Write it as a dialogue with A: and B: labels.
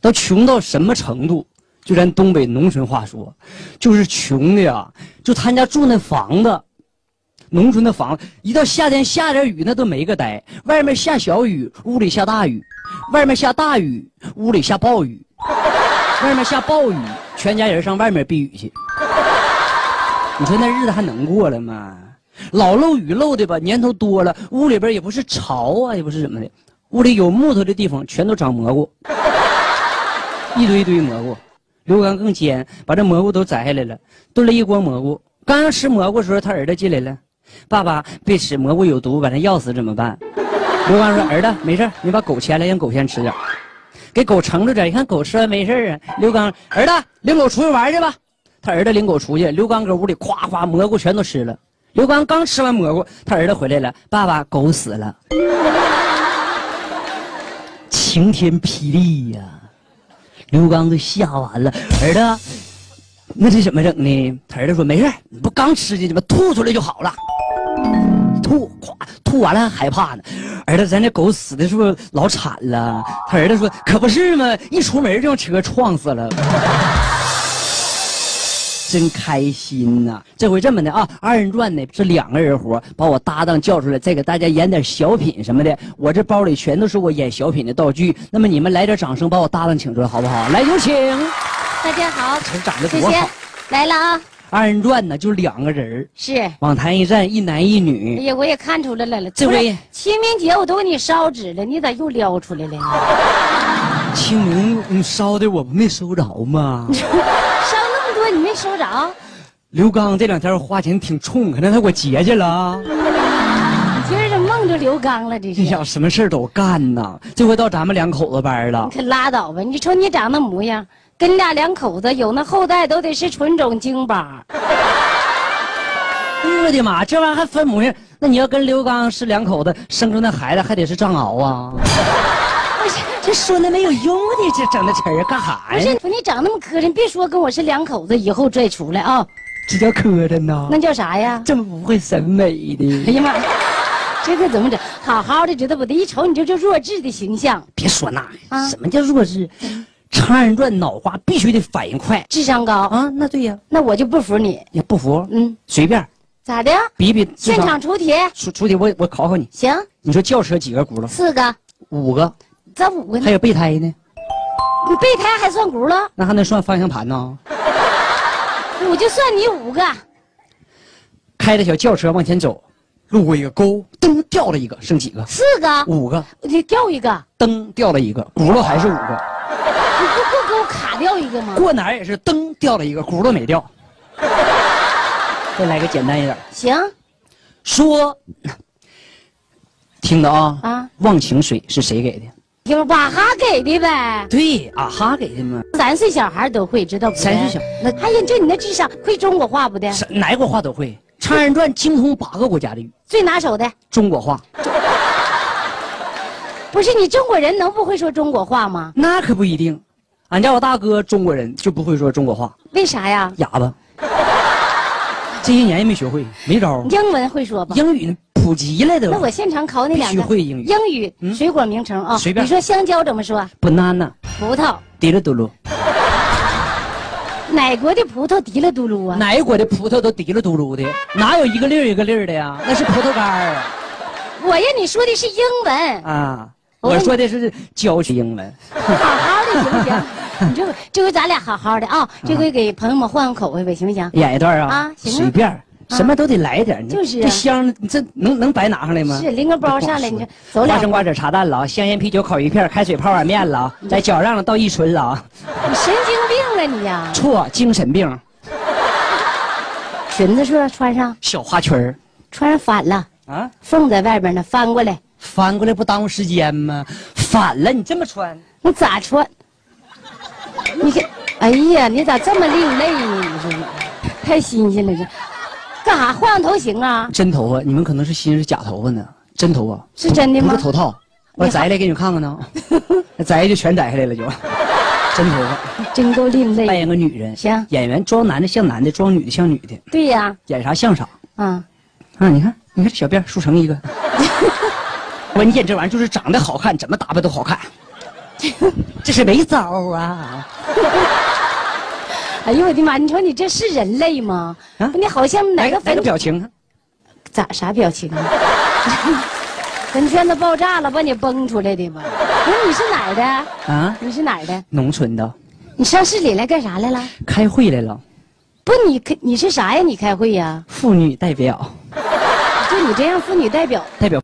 A: 都穷到什么程度？就咱东北农村话说，就是穷的呀，就他家住那房子，农村的房子，一到夏天下点雨那都没个待，外面下小雨，屋里下大雨；外面下大雨，屋里下暴雨；外面下暴雨，全家人上外面避雨去。你说那日子还能过了吗？老漏雨漏的吧，年头多了，屋里边也不是潮啊，也不是怎么的，屋里有木头的地方全都长蘑菇，一堆一堆蘑菇。刘刚更尖，把这蘑菇都摘下来了，炖了一锅蘑菇。刚要吃蘑菇的时候，他儿子进来了：“爸爸，别吃蘑菇有毒，把他药死怎么办？”刘刚说：“儿子，没事你把狗牵来，让狗先吃点，给狗盛着点。你看狗吃完没事啊。”刘刚：“儿子，领狗出去玩去吧。”他儿子领狗出去，刘刚搁屋里夸夸蘑菇全都吃了。刘刚刚吃完蘑菇，他儿子回来了：“爸爸，狗死了。” 晴天霹雳呀、刘刚都吓完了，儿子，那这怎么整呢？他儿子说没事儿你不刚吃进去吗？吐出来就好了。吐，咵，吐完了还害怕呢。儿子，咱这狗死的是不是老惨了？他儿子说可不是嘛，一出门就让车撞死了。真开心呐、这回这么的啊，二人转呢是两个人活，把我搭档叫出来，再给大家演点小品什么的。我这包里全都是我演小品的道具。那么你们来点掌声，把我搭档请出来好不好？来，有请。
B: 大家好，
A: 瞅长得
B: 谢
A: 多
B: 谢
A: 好。，
B: 来了啊，
A: 二人转呢就两个人儿
B: 是，哎
A: 往台一站，一男一女。
B: 呀，我也看出来了了，
A: 嗯这回
B: 不是清明节我都给你烧纸了，你咋又撩出来 了呢？
A: 清明嗯烧的我没收着 吗？
B: 烧那么多你没收着，
A: 刘刚这两天花钱挺冲，可能他给我结去了啊。
B: 你今儿这梦着刘刚了，这是
A: 你。想什么事儿都干呐，这回到咱们两口子班儿了
B: 你。可拉倒吧！你瞅你长那模样，跟你俩两口子有那后代都得是纯种京巴。
A: 哎我的妈，这玩意儿还分模样？那你要跟刘刚是两口子，生出那孩子还得是藏獒啊？
B: 不是，
A: 哎这说那没有用的，这整那词儿干啥
B: 不
A: 呀
B: 是，？你长那么磕碜，别说跟我是两口子，以后拽出来啊、
A: 这叫磕碜呐
B: 那叫啥呀？
A: 这么不会审美
B: 哎
A: 的？
B: 呀 妈呀，这可怎么整？好好的，知道不得？一瞅你就这弱智的形象，
A: 别说那，
B: 啊
A: 什么叫弱智？唱二人转脑花必须得反应快
B: 智商高，
A: 啊！那对呀，
B: 那我就不服你。
A: 也不服，
B: 嗯，
A: 随便
B: 咋的？
A: 比比。
B: 现场出题，
A: 出出题，我我考考你，
B: 行，
A: 你说轿车几个轱辘？
B: 四个，
A: 五个，
B: 这五个呢
A: 还？有备胎呢，
B: 你备胎还算轱辘？
A: 那还能算方向盘呢？
B: 我就算你五个，
A: 开着小轿车往前走，路过一个沟，噔掉了一个，剩几个？
B: 四个，
A: 五个，
B: 你掉一个。
A: 噔掉了一个，轱辘还是五个。
B: 你不不给我卡掉一个吗？
A: 过哪儿也是噔掉了一个，轱辘没掉。 再来个简单一点，
B: 行
A: 说，听着啊，
B: 啊，
A: 忘情水是谁给的？
B: 有瓦哈给的呗。
A: 对，啊哈给的嘛。
B: 三岁小孩都会，知道不？
A: 三岁小
B: 那哎呀，就你那智商，会中国话不的？
A: 是哪国话都会，《唱人传》精通八个国家的语，
B: 最拿手的
A: 中国话
B: 不是你中国人能不会说中国话吗？
A: 那可不一定。俺家我大哥中国人就不会说中国话，
B: 为啥呀？
A: 哑巴。这些年也没学会，没招儿。
B: 英文会说吧？
A: 英语呢普及了都。
B: 那我现场考你两
A: 必
B: 个。
A: 须会英语
B: 英语、
A: 嗯
B: 水果名称啊、
A: 随便
B: 你说香蕉怎么说？
A: banana
B: 葡萄，
A: 滴了嘟噜，
B: 哪国的葡萄滴了嘟噜啊？
A: 哪一国的葡萄都滴了嘟噜的，哪有一个粒儿一个粒儿的呀？那是葡萄干儿
B: 我让你说的是英 文，
A: 啊！
B: 我
A: 我
B: 问你
A: 说的是教学英文。
B: 好好的行不行？你这回这回咱俩好好的啊、这回给朋友们换换口味呗，行不行？
A: 演一段啊，
B: 啊行啊
A: 随便儿，什么都得来点儿。你
B: 就是啊
A: 这香，你这能能白拿上来吗？
B: 是拎个包上来，你这走
A: 花
B: 两
A: 生瓜子茶蛋了啊，香烟啤酒烤鱼片儿，开水泡碗面了啊，在脚上倒一纯了啊，
B: 你神经病啊你呀、
A: 错，精神病，
B: 裙子是不是穿上？
A: 小花裙儿
B: 穿上反了，
A: 啊，
B: 缝在外边呢，翻过来。
A: 翻过来不耽误时间吗？反了，你这么穿，
B: 你咋穿？你看，哎呀，你咋这么另类呢？你说你，太新鲜了这。干啥换个头型啊？
A: 真头发，你们可能是心是假头发呢，真头发。
B: 是真的
A: 不
B: 吗
A: 是？头套，我摘下来给你们看看呢，摘下就全摘下来了就，真头发，
B: 真够另
A: 扮
B: 类。
A: 演个女人，
B: 哎行
A: 演员装男的像男的，装女的像女的，
B: 对呀，
A: 演啥像啥
B: 啊，
A: 啊！你看，你看这小辫儿梳成一个， 我说你演这玩意儿就是长得好看，怎么打扮都好看，这是没招啊！
B: 哎呦我的妈！你说你这是人类吗？
A: 啊
B: 你好像哪
A: 来
B: 个
A: 个
B: 坟
A: 来个表情，
B: 咋啥表情啊？ 坟圈子爆炸了，把你崩出来的吗？不是，你是哪儿的？
A: 啊，
B: 你是哪儿的？
A: 农村的
B: 你上市里来干啥来了？
A: 开会来了，
B: 不，你开你是啥呀？你开会呀？
A: 妇女代表
B: 就你这样妇女代表，
A: 代表